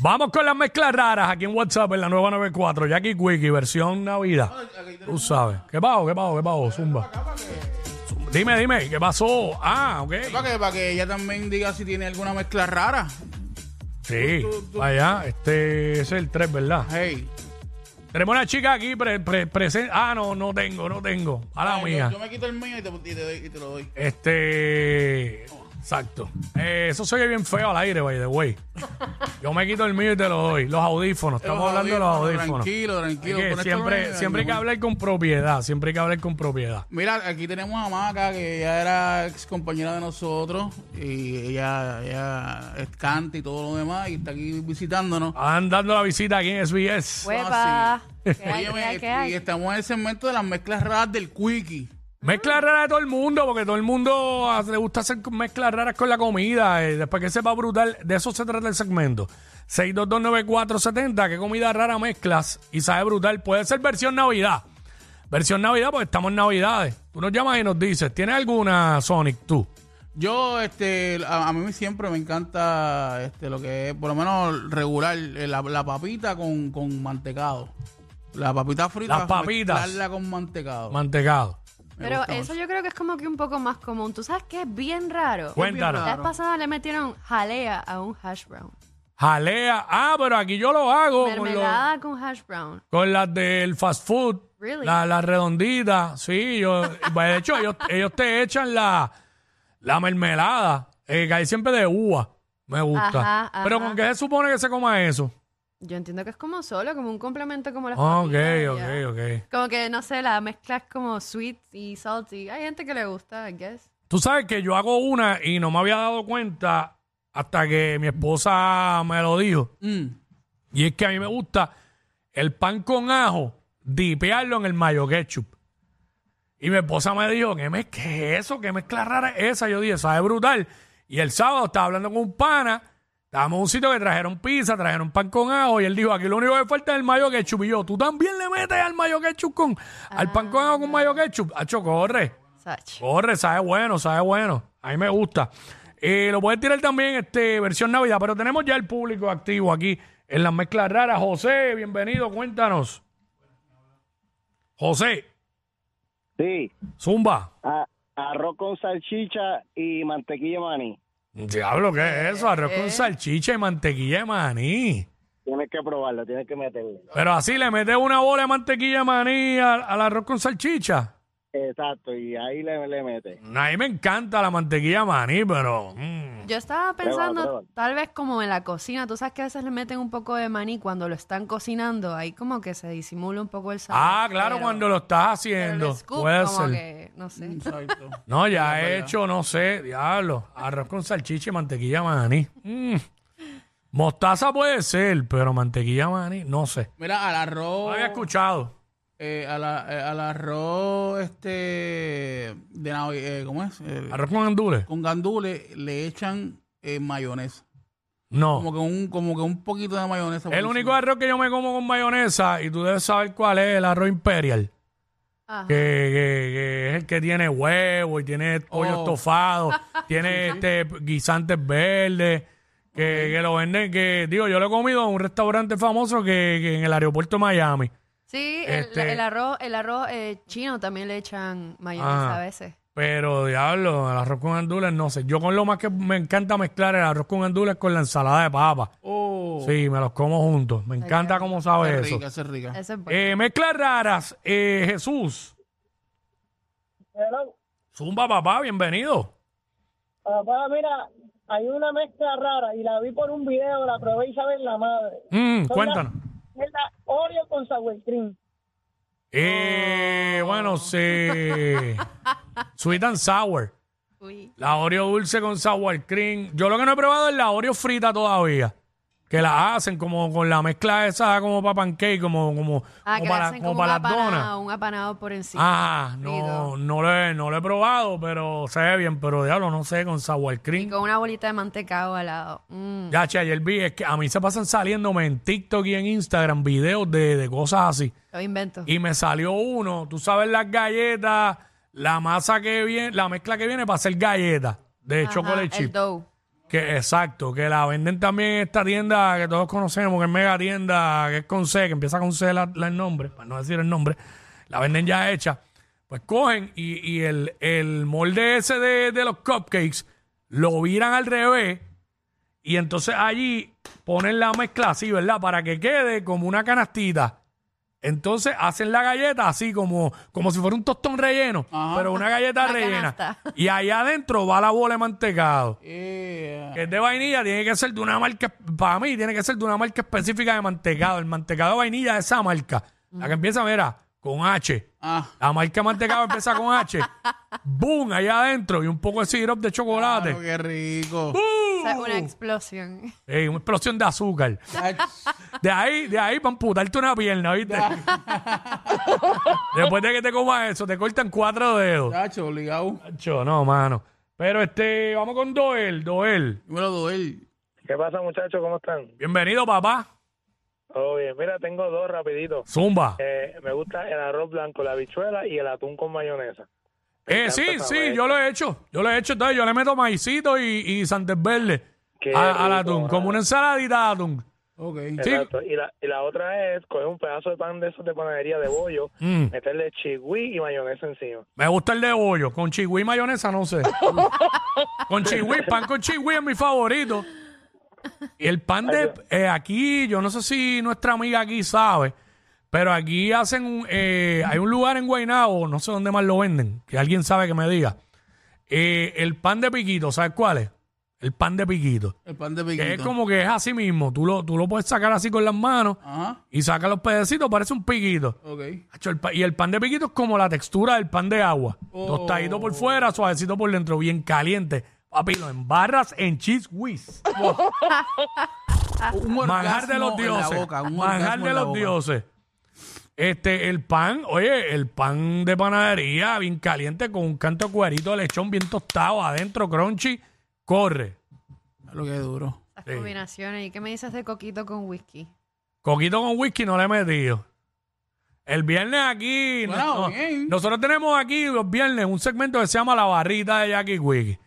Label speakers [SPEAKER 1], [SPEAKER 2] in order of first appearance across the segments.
[SPEAKER 1] Vamos con las mezclas raras aquí en WhatsApp en la nueva 94. Jackie Quickie, versión Navidad.
[SPEAKER 2] Ah,
[SPEAKER 1] Tú sabes. ¿Qué pasó? ¿Qué pasó? ¿Qué pasó? Zumba. Zumba. Dime, dime, ¿qué pasó? Ah, ok.
[SPEAKER 2] Para que, para que ella también diga si tiene alguna mezcla rara.
[SPEAKER 1] Sí, allá. Este ese es el 3, ¿verdad?
[SPEAKER 2] Hey.
[SPEAKER 1] Tenemos una chica aquí pre- pre- presente. Ah, no, no tengo, no tengo. A la
[SPEAKER 2] Ay, yo-
[SPEAKER 1] Ah, mía.
[SPEAKER 2] Yo, me quito el mío y te, y te doy- y te lo doy.
[SPEAKER 1] Este. Exacto. Eh, eso se oye bien feo al aire, by the way. Yo me quito el mío y te lo doy. Los audífonos. Estamos
[SPEAKER 2] Los
[SPEAKER 1] hablando de los audífonos.
[SPEAKER 2] Tranquilo, tranquilo.
[SPEAKER 1] Oye,
[SPEAKER 2] Con esto no
[SPEAKER 1] siempre,
[SPEAKER 2] hay-
[SPEAKER 1] siempre hay que hablar con propiedad, siempre hay que hablar con propiedad.
[SPEAKER 2] Mira, aquí tenemos a Maca, que ella era ex compañera de nosotros. Y ella, ella es canta y todo lo demás. Y está aquí visitándonos.
[SPEAKER 1] Andan dando la visita aquí en SBS.
[SPEAKER 2] Ah,
[SPEAKER 3] ¡Huepa! ¿Qué hay,
[SPEAKER 2] Óyeme,
[SPEAKER 3] qué hay, qué
[SPEAKER 2] y
[SPEAKER 3] hay?
[SPEAKER 2] estamos en el segmento de las mezclas raras del Quickie.
[SPEAKER 1] Mezclas raras de todo el mundo, porque todo el mundo ah, le gusta hacer mezclas raras con la comida. eh, después que sepa brutal, de eso se trata el segmento. 6229470, ¿qué comida rara mezclas y sabe brutal? Puede ser versión Navidad. Versión Navidad, porque estamos en Navidades. Tú nos llamas y nos dices, ¿tienes alguna Sonic tú?
[SPEAKER 2] Yo, este, a, a mí siempre me encanta este, lo que es, por lo menos regular, eh, la, la papita con, con mantecado. La papita frita.
[SPEAKER 1] Las papitas.
[SPEAKER 2] mezclarla con mantecado.
[SPEAKER 1] Mantecado.
[SPEAKER 3] Pero eso yo creo que es como que un poco más común. ¿Tú sabes qué es bien raro?
[SPEAKER 1] Cuéntanos.
[SPEAKER 3] La vez pasada le metieron jalea a un hash brown.
[SPEAKER 1] Jalea. Ah, pero aquí yo lo hago con, lo-
[SPEAKER 3] Mermelada con hash brown.
[SPEAKER 1] con las del fast food.
[SPEAKER 3] Really?
[SPEAKER 1] La, la redondita. Sí, yo. bueno, de hecho, ellos, ellos te echan la, la mermelada. eh, que hay siempre de uva. Me gusta.
[SPEAKER 3] Ajá, ajá.
[SPEAKER 1] Pero ¿con qué se supone que se coma eso?
[SPEAKER 3] Yo entiendo que es como solo, como un complemento como las
[SPEAKER 1] Ok,
[SPEAKER 3] papitas,
[SPEAKER 1] ok,
[SPEAKER 3] ya.
[SPEAKER 1] ok.
[SPEAKER 3] Como que, no sé, la mezclas como sweet y salty. Hay gente que le gusta, I guess.
[SPEAKER 1] Tú sabes que yo hago una y no me había dado cuenta hasta que mi esposa me lo dijo.
[SPEAKER 2] Mm.
[SPEAKER 1] Y es que a mí me gusta el pan con ajo, dipearlo en el mayo ketchup. Y mi esposa me dijo, ¿qué mezcla es eso? ¿Qué mezcla rara es esa? Yo dije, sabe brutal. Y el sábado estaba hablando con un pana, estábamos en un sitio que trajeron pizza, trajeron pan con ajo, y él dijo, aquí lo único que falta es el mayo ketchup. Y yo, ¿tú también le metes al mayo ketchup con, al pan con ajo con mayo ketchup? Hacho, corre.
[SPEAKER 3] Sach.
[SPEAKER 1] Corre, sabe bueno, sabe bueno. A mí me gusta. Eh, lo puedes tirar también, este, versión Navidad, pero tenemos ya el público activo aquí en las mezclas raras. José, bienvenido, cuéntanos. José,
[SPEAKER 4] Sí,
[SPEAKER 1] Zumba.
[SPEAKER 4] a- arroz con salchicha y mantequilla de maní.
[SPEAKER 1] Diablo, ¿qué es eso? Arroz
[SPEAKER 3] Eh.
[SPEAKER 1] con salchicha y mantequilla de maní.
[SPEAKER 4] Tienes que probarlo, tienes que meterlo.
[SPEAKER 1] Pero así le metes una bola de mantequilla de maní al, al arroz con salchicha.
[SPEAKER 4] Exacto, y ahí le, le metes.
[SPEAKER 1] A mí me encanta la mantequilla de maní, pero... mm.
[SPEAKER 3] Yo estaba pensando
[SPEAKER 4] pruébalo.
[SPEAKER 3] tal vez como en la cocina. Tú sabes que a veces le meten un poco de maní cuando lo están cocinando. Ahí como que se disimula un poco el sabor.
[SPEAKER 1] Ah, claro,
[SPEAKER 3] pero-
[SPEAKER 1] cuando lo estás
[SPEAKER 3] pero el
[SPEAKER 1] haciendo.
[SPEAKER 3] scoop
[SPEAKER 1] Puede
[SPEAKER 3] como
[SPEAKER 1] ser. Mm.
[SPEAKER 3] que, no sé.
[SPEAKER 2] Exacto.
[SPEAKER 1] No, ya he hecho, no sé, diablo. Arroz con salchicha y mantequilla maní. Mm. Mostaza puede ser, pero mantequilla maní, no sé.
[SPEAKER 2] Mira, al
[SPEAKER 1] No
[SPEAKER 2] arroz.
[SPEAKER 1] había escuchado.
[SPEAKER 2] eh, a la- eh, al arroz, este. De Navi- eh, ¿Cómo es? Eh,
[SPEAKER 1] ¿Arroz con gandules?
[SPEAKER 2] con gandules le echan eh, mayonesa. Como
[SPEAKER 1] No.
[SPEAKER 2] que, un, como que un poquito de mayonesa. por
[SPEAKER 1] Oh. El único
[SPEAKER 2] encima.
[SPEAKER 1] arroz que yo me como con mayonesa, y tú debes saber cuál es, el arroz imperial.
[SPEAKER 3] Ajá.
[SPEAKER 1] Que, que- que es el que tiene huevo y tiene pollo
[SPEAKER 2] Oh.
[SPEAKER 1] estofado, tiene este guisantes verdes, que, que lo venden, que digo, yo lo he comido en un restaurante famoso que, que en el aeropuerto de Miami.
[SPEAKER 3] Sí, el,
[SPEAKER 1] Este-
[SPEAKER 3] el arroz, el arroz eh, chino también le echan mayonesa
[SPEAKER 1] Ah.
[SPEAKER 3] a veces.
[SPEAKER 1] Pero diablo, el arroz con gandules no sé. Yo con lo más que me encanta mezclar el arroz con gandules con la ensalada de papa.
[SPEAKER 2] Oh,
[SPEAKER 1] Sí, me los como juntos. Me encanta cómo sabe
[SPEAKER 2] es
[SPEAKER 1] eso.
[SPEAKER 2] rica, esa es rica.
[SPEAKER 3] Eso es bueno.
[SPEAKER 1] Eh, mezclas raras, eh, Jesús. Zumba, papá, bienvenido.
[SPEAKER 5] Ah, Papá, mira, hay una mezcla rara y la vi por un video, la probé y saben la madre.
[SPEAKER 1] Mm, cuéntanos.
[SPEAKER 5] Es la Oreo con sour cream.
[SPEAKER 1] Eh,
[SPEAKER 3] Oh.
[SPEAKER 1] bueno, sí. Sweet and sour.
[SPEAKER 3] Uy.
[SPEAKER 1] La Oreo dulce con sour cream. Yo lo que no he probado es la Oreo frita todavía. que la hacen como con la mezcla esa como para pancake, como, como, como
[SPEAKER 3] Ah, que le
[SPEAKER 1] para,
[SPEAKER 3] hacen
[SPEAKER 1] como
[SPEAKER 3] como,
[SPEAKER 1] para
[SPEAKER 3] un
[SPEAKER 1] las donas.
[SPEAKER 3] apanado, un apanado por encima.
[SPEAKER 1] Ah,
[SPEAKER 3] Frito.
[SPEAKER 1] no, no lo, he, no lo he probado, pero se ve bien, pero diablo, no sé, con sour
[SPEAKER 3] Y
[SPEAKER 1] cream.
[SPEAKER 3] con una bolita de mantecado al lado. Mm.
[SPEAKER 1] Ya, che, ayer vi, es que a mí se pasan saliéndome en TikTok y en Instagram videos de, de cosas así.
[SPEAKER 3] Lo invento.
[SPEAKER 1] Y me salió uno, tú sabes las galletas, la masa que viene, la mezcla que viene para hacer galletas de
[SPEAKER 3] Ajá,
[SPEAKER 1] chocolate
[SPEAKER 3] El
[SPEAKER 1] chip.
[SPEAKER 3] dough.
[SPEAKER 1] Que, exacto, que la venden también en esta tienda que todos conocemos, que es mega tienda, que es con C, que empieza con C la, la- el nombre, para no decir el nombre, la venden ya hecha. Pues cogen y, y el, el molde ese de, de los cupcakes lo viran al revés y entonces allí ponen la mezcla así, ¿verdad? Para que quede como una canastita. Entonces hacen la galleta así como, como si fuera un tostón relleno, pero una galleta
[SPEAKER 3] Una
[SPEAKER 1] rellena.
[SPEAKER 3] canasta.
[SPEAKER 1] Y allá adentro va la bola de mantecado
[SPEAKER 2] Eh,
[SPEAKER 1] que es de vainilla, tiene que ser de una marca, para mí tiene que ser de una marca específica de mantecado. El mantecado de vainilla de esa marca. La que empieza, mira, con H.
[SPEAKER 2] ah,
[SPEAKER 1] La marca de mantecado empieza con H. ¡Boom! Allá adentro. Y un poco de syrup de chocolate.
[SPEAKER 2] claro, qué rico.
[SPEAKER 3] O sea,
[SPEAKER 1] Uh.
[SPEAKER 3] una explosión.
[SPEAKER 1] Ey, una explosión de azúcar. De ahí, de ahí para amputarte una pierna, ¿viste? Después de que te comas eso, te cortan cuatro dedos.
[SPEAKER 2] Chacho, obligado.
[SPEAKER 1] Nacho, no, mano. Pero este, vamos con Doel, Doel.
[SPEAKER 2] Yo me lo doy.
[SPEAKER 4] ¿Qué pasa, muchachos? ¿Cómo están?
[SPEAKER 1] Bienvenido, papá.
[SPEAKER 4] Todo bien. Mira, tengo dos rapidito.
[SPEAKER 1] Zumba.
[SPEAKER 4] Eh, me gusta el arroz blanco, la habichuela y el atún con mayonesa.
[SPEAKER 1] Eh,
[SPEAKER 4] encanta
[SPEAKER 1] sí,
[SPEAKER 4] esa
[SPEAKER 1] sí,
[SPEAKER 4] mezcla.
[SPEAKER 1] yo lo he hecho. Yo lo he hecho. Entonces, yo le meto maicito y, y Santos Verde
[SPEAKER 4] Qué
[SPEAKER 1] a- al
[SPEAKER 4] rico,
[SPEAKER 1] atún,
[SPEAKER 4] mano.
[SPEAKER 1] como una ensaladita de atún.
[SPEAKER 2] Ok.
[SPEAKER 1] Sí.
[SPEAKER 4] Exacto. Y la, y la otra es coger un pedazo de pan de esos de panadería de bollo,
[SPEAKER 1] Mm.
[SPEAKER 4] meterle chigüí y mayonesa encima.
[SPEAKER 1] Me gusta el de bollo. Con chigüí y mayonesa, no sé. con chigüí, pan con chigüí es mi favorito. Y el pan de eh, aquí, yo no sé si nuestra amiga aquí sabe, pero aquí hacen un, eh, hay un lugar en Guaynabo, no sé dónde más lo venden, que alguien sabe que me diga. Eh, el pan de piquito, ¿sabes cuál es? El pan de piquito.
[SPEAKER 2] El pan de
[SPEAKER 1] Que
[SPEAKER 2] piquito.
[SPEAKER 1] es como que es así mismo. Tú lo, tú lo puedes sacar así con las manos
[SPEAKER 2] Ajá,
[SPEAKER 1] y saca los pedacitos, parece un piquito.
[SPEAKER 2] ok.
[SPEAKER 1] Hacho, el pa- Y el pan de piquito es como la textura del pan de agua.
[SPEAKER 2] Oh.
[SPEAKER 1] Tostadito por fuera, suavecito por dentro, bien caliente. Papi, lo embarras en cheese whiz.
[SPEAKER 3] Ah.
[SPEAKER 2] Un
[SPEAKER 1] Manjar de
[SPEAKER 2] orgasmo
[SPEAKER 1] los
[SPEAKER 2] en
[SPEAKER 1] dioses.
[SPEAKER 2] la boca, un
[SPEAKER 1] Manjar
[SPEAKER 2] orgasmo
[SPEAKER 1] de
[SPEAKER 2] en la
[SPEAKER 1] los
[SPEAKER 2] boca.
[SPEAKER 1] dioses. Este, el pan, oye, el pan de panadería bien caliente con un canto de cuerito de lechón bien tostado adentro, crunchy, corre.
[SPEAKER 2] Lo que duro.
[SPEAKER 3] Las
[SPEAKER 1] Sí.
[SPEAKER 3] combinaciones. ¿Y qué me dices de coquito con whisky?
[SPEAKER 1] Coquito con whisky no le he metido. El viernes aquí.
[SPEAKER 2] Bueno,
[SPEAKER 1] no-
[SPEAKER 2] bien.
[SPEAKER 1] Nosotros tenemos aquí los viernes un segmento que se llama La Barrita de Jackie Wiki.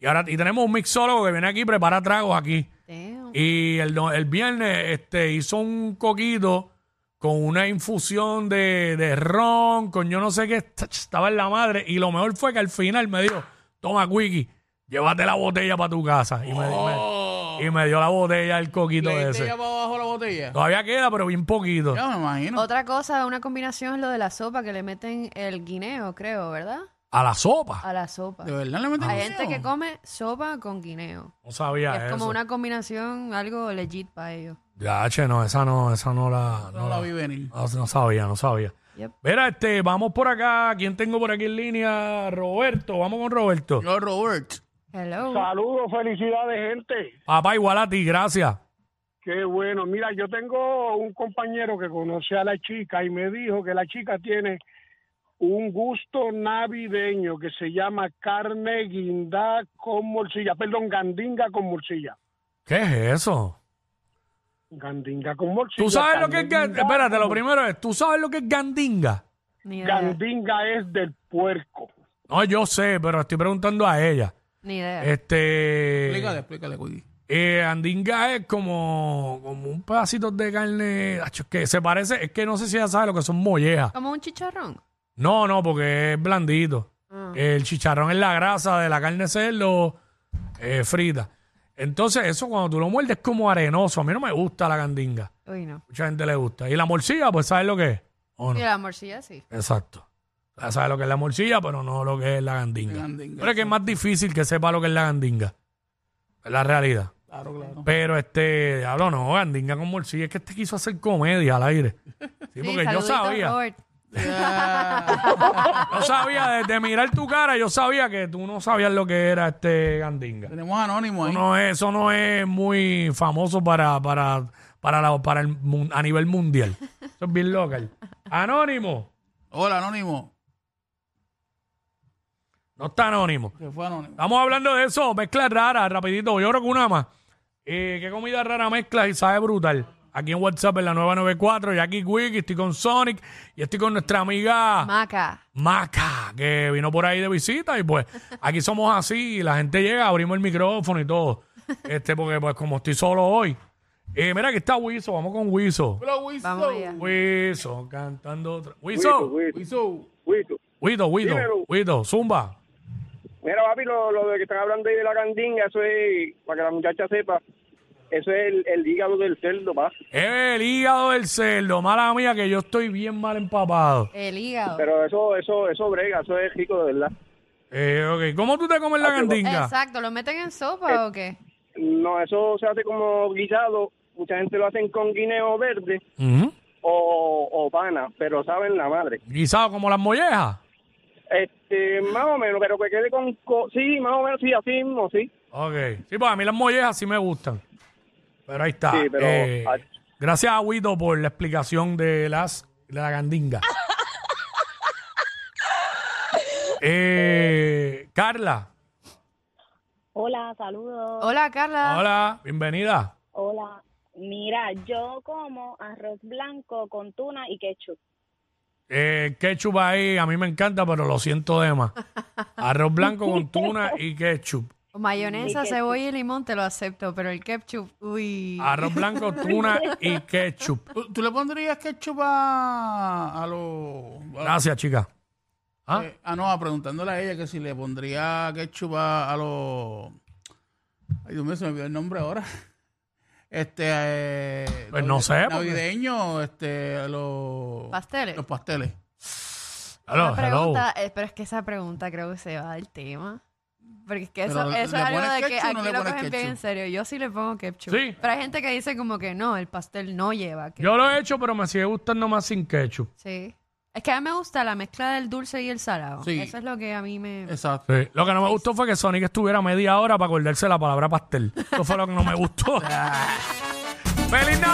[SPEAKER 1] Y ahora y tenemos un mixólogo que viene aquí y prepara tragos aquí.
[SPEAKER 3] Damn.
[SPEAKER 1] Y el, do- el viernes este, hizo un coquito con una infusión de, de ron, con yo no sé qué, esta- estaba en la madre. Y lo mejor fue que al final me dijo, toma, Wiki, llévate la botella para tu casa. Y me, me- y me dio la botella el coquito
[SPEAKER 2] Oh. ¿Le diste
[SPEAKER 1] ese.
[SPEAKER 2] ya para abajo la botella?
[SPEAKER 1] Todavía queda, pero bien poquito.
[SPEAKER 2] Ya me imagino.
[SPEAKER 3] Otra cosa, una combinación es lo de la sopa que le meten el guineo, creo, ¿verdad?
[SPEAKER 1] A la sopa.
[SPEAKER 3] A la sopa.
[SPEAKER 1] Eh,
[SPEAKER 2] ¿De verdad le meten
[SPEAKER 3] Hay
[SPEAKER 2] guineo?
[SPEAKER 3] gente que come sopa con guineo.
[SPEAKER 1] No sabía
[SPEAKER 3] es
[SPEAKER 1] eso.
[SPEAKER 3] como una combinación, algo legit para ellos.
[SPEAKER 1] Ya, che, no, esa no, esa no la.
[SPEAKER 2] No la vi venir.
[SPEAKER 1] no- no sabía, no sabía.
[SPEAKER 3] Yep.
[SPEAKER 1] Mira, este, vamos por acá. ¿Quién tengo por aquí en línea? Roberto, vamos con Roberto.
[SPEAKER 2] Yo, Robert.
[SPEAKER 3] Hello.
[SPEAKER 4] Saludos, felicidades, gente.
[SPEAKER 1] Papá, igual a ti, gracias.
[SPEAKER 4] Qué bueno. Mira, yo tengo un compañero que conoce a la chica y me dijo que la chica tiene un gusto navideño que se llama carne guindá con morcilla, perdón, gandinga con morcilla.
[SPEAKER 1] ¿Qué es eso?
[SPEAKER 4] Gandinga con morcilla.
[SPEAKER 1] ¿Tú sabes lo que es
[SPEAKER 4] carne
[SPEAKER 1] gan-
[SPEAKER 4] guindá
[SPEAKER 1] Espérate,
[SPEAKER 4] con
[SPEAKER 1] lo primero es, ¿tú sabes lo que es gandinga?
[SPEAKER 3] Ni idea.
[SPEAKER 4] Gandinga es del puerco.
[SPEAKER 1] No, yo sé, pero estoy preguntando a ella.
[SPEAKER 3] Ni idea.
[SPEAKER 1] Este.
[SPEAKER 2] Explícale, explícale, Wiggy.
[SPEAKER 1] Eh, andinga es como, como un pedacito de carne. Acho, es que se parece, es que no sé si ella sabe lo que son mollejas.
[SPEAKER 3] Como un chicharrón.
[SPEAKER 1] No, no, porque es blandito. El chicharrón es la grasa de la carne de cerdo eh, frita. Entonces, eso cuando tú lo muerdes es como arenoso. A mí no me gusta la gandinga.
[SPEAKER 3] Uy, no.
[SPEAKER 1] Mucha gente le gusta. Y la morcilla, pues, ¿sabes lo que es? ¿O no?
[SPEAKER 3] Y la morcilla sí.
[SPEAKER 1] Exacto. O sea, Sabe lo que es la morcilla, pero no lo que es la gandinga.
[SPEAKER 2] La gandinga,
[SPEAKER 1] pero es que es más difícil que sepa lo que es la gandinga. Es la realidad.
[SPEAKER 2] Claro, claro.
[SPEAKER 1] Pero este, hablo no, gandinga con morcilla. Es que este quiso hacer comedia al aire. Sí,
[SPEAKER 3] Sí,
[SPEAKER 1] porque yo
[SPEAKER 3] saluditos,
[SPEAKER 1] sabía.
[SPEAKER 3] Robert.
[SPEAKER 1] Yo sabía, desde mirar tu cara, yo sabía que tú no sabías lo que era este Gandinga.
[SPEAKER 2] Tenemos
[SPEAKER 1] Eso
[SPEAKER 2] anónimo ahí.
[SPEAKER 1] no es, eso no es muy famoso para, para, para, la- para el, mun- a nivel mundial. Eso es bien local. Anónimo.
[SPEAKER 2] Hola, anónimo.
[SPEAKER 1] No está anónimo.
[SPEAKER 2] Se fue anónimo.
[SPEAKER 1] Estamos hablando de eso, mezclas raras, rapidito. Yo creo que una más. Eh, ¿Qué comida rara mezclas y sabe brutal? Aquí en WhatsApp en la 994, Jackie Quick, estoy con Sonic y estoy con nuestra amiga
[SPEAKER 3] Maca.
[SPEAKER 1] Maca, que vino por ahí de visita y pues aquí somos así, y la gente llega, abrimos el micrófono y todo. Este, porque pues como estoy solo hoy. Eh, mira, aquí está Wiso, vamos con Wiso.
[SPEAKER 2] Hola, Wiso.
[SPEAKER 3] Vamos allá.
[SPEAKER 1] Wiso, cantando otra. Wiso,
[SPEAKER 2] Wiso.
[SPEAKER 4] Cuito.
[SPEAKER 1] Wiso, Wiso,
[SPEAKER 4] Dímelo.
[SPEAKER 1] Wiso, Zumba.
[SPEAKER 4] Mira, papi, lo, lo de que están hablando ahí de la candinga, eso es, para que la muchacha sepa, eso es el, el hígado del cerdo, pa.
[SPEAKER 1] El hígado del cerdo, mala mía, que yo estoy bien mal empapado.
[SPEAKER 3] El hígado.
[SPEAKER 4] Pero eso, eso, eso brega, eso es rico, de verdad.
[SPEAKER 1] Eh, ok, ¿Cómo tú te comes la candinga?
[SPEAKER 3] Exacto, ¿lo meten en sopa o qué?
[SPEAKER 4] No, eso se hace como guisado, mucha gente lo hacen con guineo verde
[SPEAKER 1] Ujú.
[SPEAKER 4] o, o pana, pero saben la madre.
[SPEAKER 1] Guisado como las mollejas.
[SPEAKER 4] Este, más o menos, pero que quede con, co- sí, más o menos, sí, así mismo, sí.
[SPEAKER 1] Ok, sí, pues a mí las mollejas sí me gustan. Pero ahí está.
[SPEAKER 4] Sí, pero-
[SPEAKER 1] Eh,
[SPEAKER 4] ay.
[SPEAKER 1] gracias a Guido por la explicación de las de la candinga. Eh, Carla,
[SPEAKER 6] Hola, saludos.
[SPEAKER 3] Hola, Carla.
[SPEAKER 1] hola, bienvenida.
[SPEAKER 6] Hola. Mira, yo como arroz blanco con tuna y ketchup.
[SPEAKER 1] Eh, ketchup ahí, a mí me encanta, pero lo siento de más. Arroz blanco con tuna y ketchup.
[SPEAKER 3] O Mayonesa, cebolla y limón te lo acepto, pero el ketchup, uy.
[SPEAKER 1] Arroz blanco, tuna y ketchup.
[SPEAKER 2] ¿Tú, tú le pondrías ketchup a, a los... a-
[SPEAKER 1] Gracias, chica. ¿Ah?
[SPEAKER 2] eh, ah, no, a preguntándole a ella que si le pondría ketchup a, a los... Ay, Dios mío, se me olvidó el nombre ahora. Este... eh,
[SPEAKER 1] Pues no sé, porque-
[SPEAKER 2] Navideño, este... a Los
[SPEAKER 3] Pasteles.
[SPEAKER 2] Los pasteles.
[SPEAKER 1] Hello,
[SPEAKER 3] Una
[SPEAKER 1] hello.
[SPEAKER 3] pregunta, eh, pero es que esa pregunta creo que se va del tema. Porque es que eso,
[SPEAKER 2] Pero, ¿le-
[SPEAKER 3] eso
[SPEAKER 2] le
[SPEAKER 3] es algo
[SPEAKER 2] pones
[SPEAKER 3] de que
[SPEAKER 2] ketchup o no
[SPEAKER 3] aquí
[SPEAKER 2] le
[SPEAKER 3] lo
[SPEAKER 2] pones
[SPEAKER 3] cogen bien
[SPEAKER 2] ketchup?
[SPEAKER 3] en serio. Yo sí le pongo ketchup.
[SPEAKER 1] Sí.
[SPEAKER 3] Pero hay gente que dice como que no, el pastel no lleva ketchup.
[SPEAKER 1] Yo lo he hecho, pero me sigue gustando más sin ketchup.
[SPEAKER 3] Sí. Es que a mí me gusta la mezcla del dulce y el salado.
[SPEAKER 2] Sí.
[SPEAKER 3] Eso es lo que a mí me...
[SPEAKER 2] Exacto.
[SPEAKER 1] Sí. Lo que no me gustó fue que Sonic estuviera media hora para acordarse la palabra pastel. Eso fue lo que no me gustó. ¡Feliz Navidad!